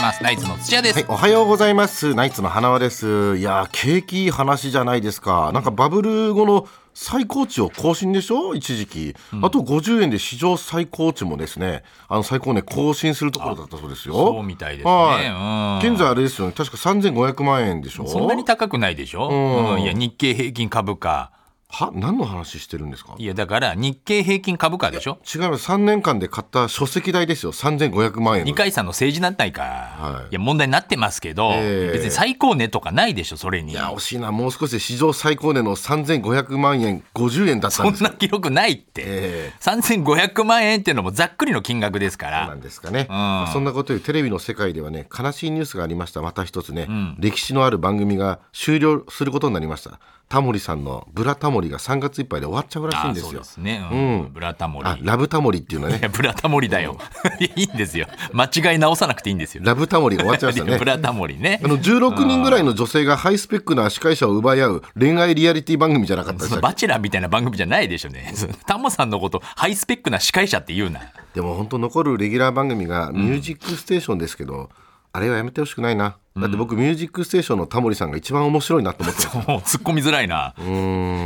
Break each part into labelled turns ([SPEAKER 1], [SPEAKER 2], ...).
[SPEAKER 1] ますナイツの土屋です、
[SPEAKER 2] はい、おはようございます。ナイツの花輪です。いやー、景気いい話じゃないですか。なんかバブル後の最高値を更新でしょ一時期。あと50円で史上最高値もですね、あの最高値更新するところだったそうですよ。
[SPEAKER 1] そうみたいですね
[SPEAKER 2] はい。
[SPEAKER 1] うん
[SPEAKER 2] 現在あれですよね、確か3500万円でしょ
[SPEAKER 1] そんなに高くないでしょ、
[SPEAKER 2] ん
[SPEAKER 1] うんいや日経平均株価
[SPEAKER 2] は何の話してるんですか
[SPEAKER 1] いやだから日経平均株価でしょ
[SPEAKER 2] 違います。3年間で買った書籍代ですよ。3500万円の
[SPEAKER 1] 二。階さんの政治団体か、
[SPEAKER 2] はい
[SPEAKER 1] い、や問題になってますけど、
[SPEAKER 2] ええ
[SPEAKER 1] 別に最高値とかないでしょそれに
[SPEAKER 2] いや、惜しいな。もう少しで史上最高値の3500万円、50円だったん
[SPEAKER 1] そん
[SPEAKER 2] です
[SPEAKER 1] な記録ないって、
[SPEAKER 2] え
[SPEAKER 1] 3500万円っていうのもざっくりの金額ですか
[SPEAKER 2] な
[SPEAKER 1] ら
[SPEAKER 2] んですかね、まあそんなことよりテレビの世界ではね悲しいニュースがありましたまた一つね、歴史のある番組が終了することになりましたタモリさんの「ブラタモリ」が3月いっぱいで終わっちゃうらしいん
[SPEAKER 1] あ
[SPEAKER 2] で
[SPEAKER 1] そう
[SPEAKER 2] すよ
[SPEAKER 1] ですね、うんブラタモリ
[SPEAKER 2] あラブタモリっていうのはいね
[SPEAKER 1] やブラタモリだよ いやいいんですよ間違い直さなくていいんですよ
[SPEAKER 2] ラブタモリが終わっちゃいましたね
[SPEAKER 1] ブラタモリね
[SPEAKER 2] あの16人ぐらいの女性がハイスペックな司会者を奪い合う恋愛リアリティ番組じゃなかったでし
[SPEAKER 1] そ
[SPEAKER 2] た
[SPEAKER 1] の
[SPEAKER 2] っ
[SPEAKER 1] バ
[SPEAKER 2] け
[SPEAKER 1] チェラーみたいな番組じゃないでしょう ねそのタモさんのことハイスペックな司会者って言うな
[SPEAKER 2] でも本当残るレギュラー番組が「ミュージックステーション」ですけど、あれはやめてほしくないなだって僕「ミュージックステーション」のタモリさんが一番面白いなと思ってます
[SPEAKER 1] もう突っ込みづらいな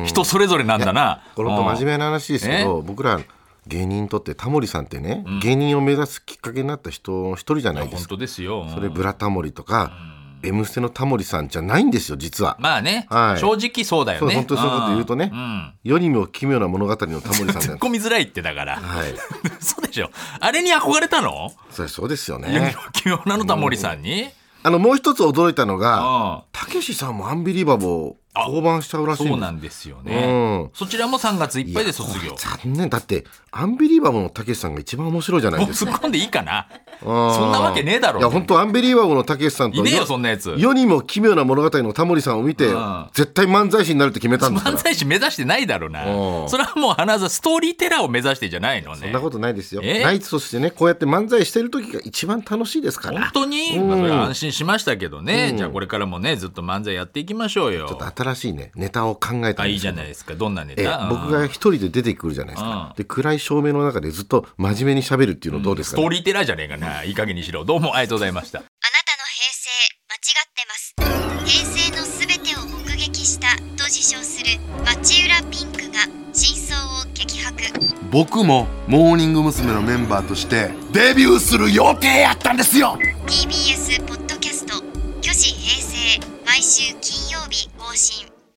[SPEAKER 1] 人それぞれなんだな
[SPEAKER 2] これ本当真面目な話ですけど僕ら芸人にとってタモリさんってね、芸人を目指すきっかけになった人の一人じゃない
[SPEAKER 1] うん
[SPEAKER 2] で
[SPEAKER 1] 本
[SPEAKER 2] すか
[SPEAKER 1] 当ですよ、うん
[SPEAKER 2] それブラタモリとか「M ステ」のタモリさんじゃないんですよ実は、
[SPEAKER 1] まあね、
[SPEAKER 2] はい
[SPEAKER 1] 正直そうだよ
[SPEAKER 2] そう
[SPEAKER 1] ね
[SPEAKER 2] 本当にそういうこと言うとね
[SPEAKER 1] ん
[SPEAKER 2] 世にも奇妙な物語のタモリさんじゃ
[SPEAKER 1] 突
[SPEAKER 2] な
[SPEAKER 1] っ
[SPEAKER 2] いで
[SPEAKER 1] 込みづらいってだから、
[SPEAKER 2] すかはい
[SPEAKER 1] そうでしょあれに憧れたの
[SPEAKER 2] そりゃそうですよ
[SPEAKER 1] いや
[SPEAKER 2] ね
[SPEAKER 1] 奇妙なのタモリさんに、
[SPEAKER 2] あのもう一つ驚いたのが
[SPEAKER 1] あ
[SPEAKER 2] たけしさんもアンビリバボー降板しちゃうら
[SPEAKER 1] あ
[SPEAKER 2] しいん
[SPEAKER 1] そ
[SPEAKER 2] で
[SPEAKER 1] う
[SPEAKER 2] す
[SPEAKER 1] なんですよね、
[SPEAKER 2] うん
[SPEAKER 1] そちらも3月いっぱいで卒業
[SPEAKER 2] 残念だってアンビリバボーのたけしさんが一番面白いじゃな
[SPEAKER 1] も
[SPEAKER 2] いうですか
[SPEAKER 1] 突っ込んでいいかなそ
[SPEAKER 2] そ
[SPEAKER 1] んなわけねえだろ
[SPEAKER 2] いや本当アンビリバボーのたけしさんと
[SPEAKER 1] いねえよそんなやつ
[SPEAKER 2] 世にも奇妙な物語のタモリさんを見て
[SPEAKER 1] うん
[SPEAKER 2] 絶対漫才師になるって決めたんですから
[SPEAKER 1] 漫才師目指してないだろう
[SPEAKER 2] う
[SPEAKER 1] なんそれはもう花澤ストーリーテラーを目指してじゃないの
[SPEAKER 2] そん
[SPEAKER 1] ね
[SPEAKER 2] なことないですよ
[SPEAKER 1] え
[SPEAKER 2] ナイツとしてねこうやって漫才してる時が一番楽しいですか
[SPEAKER 1] 本
[SPEAKER 2] ら
[SPEAKER 1] 当に、まあ、それは安心しましたけどね、じゃあこれからもねずっと漫才やっていきましょうよ
[SPEAKER 2] 新しいねネタを考えた
[SPEAKER 1] あ
[SPEAKER 2] ん
[SPEAKER 1] いい
[SPEAKER 2] です
[SPEAKER 1] じゃ
[SPEAKER 2] よ
[SPEAKER 1] ないですかどんなネタ、
[SPEAKER 2] ええ
[SPEAKER 1] うん
[SPEAKER 2] 僕が一人で出てくるじゃないです
[SPEAKER 1] う
[SPEAKER 2] か
[SPEAKER 1] ん
[SPEAKER 2] で暗い照明の中でずっと真面目に喋るっていうのどうです
[SPEAKER 1] ス
[SPEAKER 2] か
[SPEAKER 1] ト
[SPEAKER 2] ね
[SPEAKER 1] ーリーテラーじゃねえかないい加減にしろどうもありがとうございました
[SPEAKER 3] あなたの平成間違ってます平成のすべてを目撃したと自称する町浦ピンクが真相を激白
[SPEAKER 4] 僕もモーニング娘。のメンバーとしてデビューする予定やったんですよ
[SPEAKER 3] TBS ポッドキャスト「巨子平成」毎週金曜日更新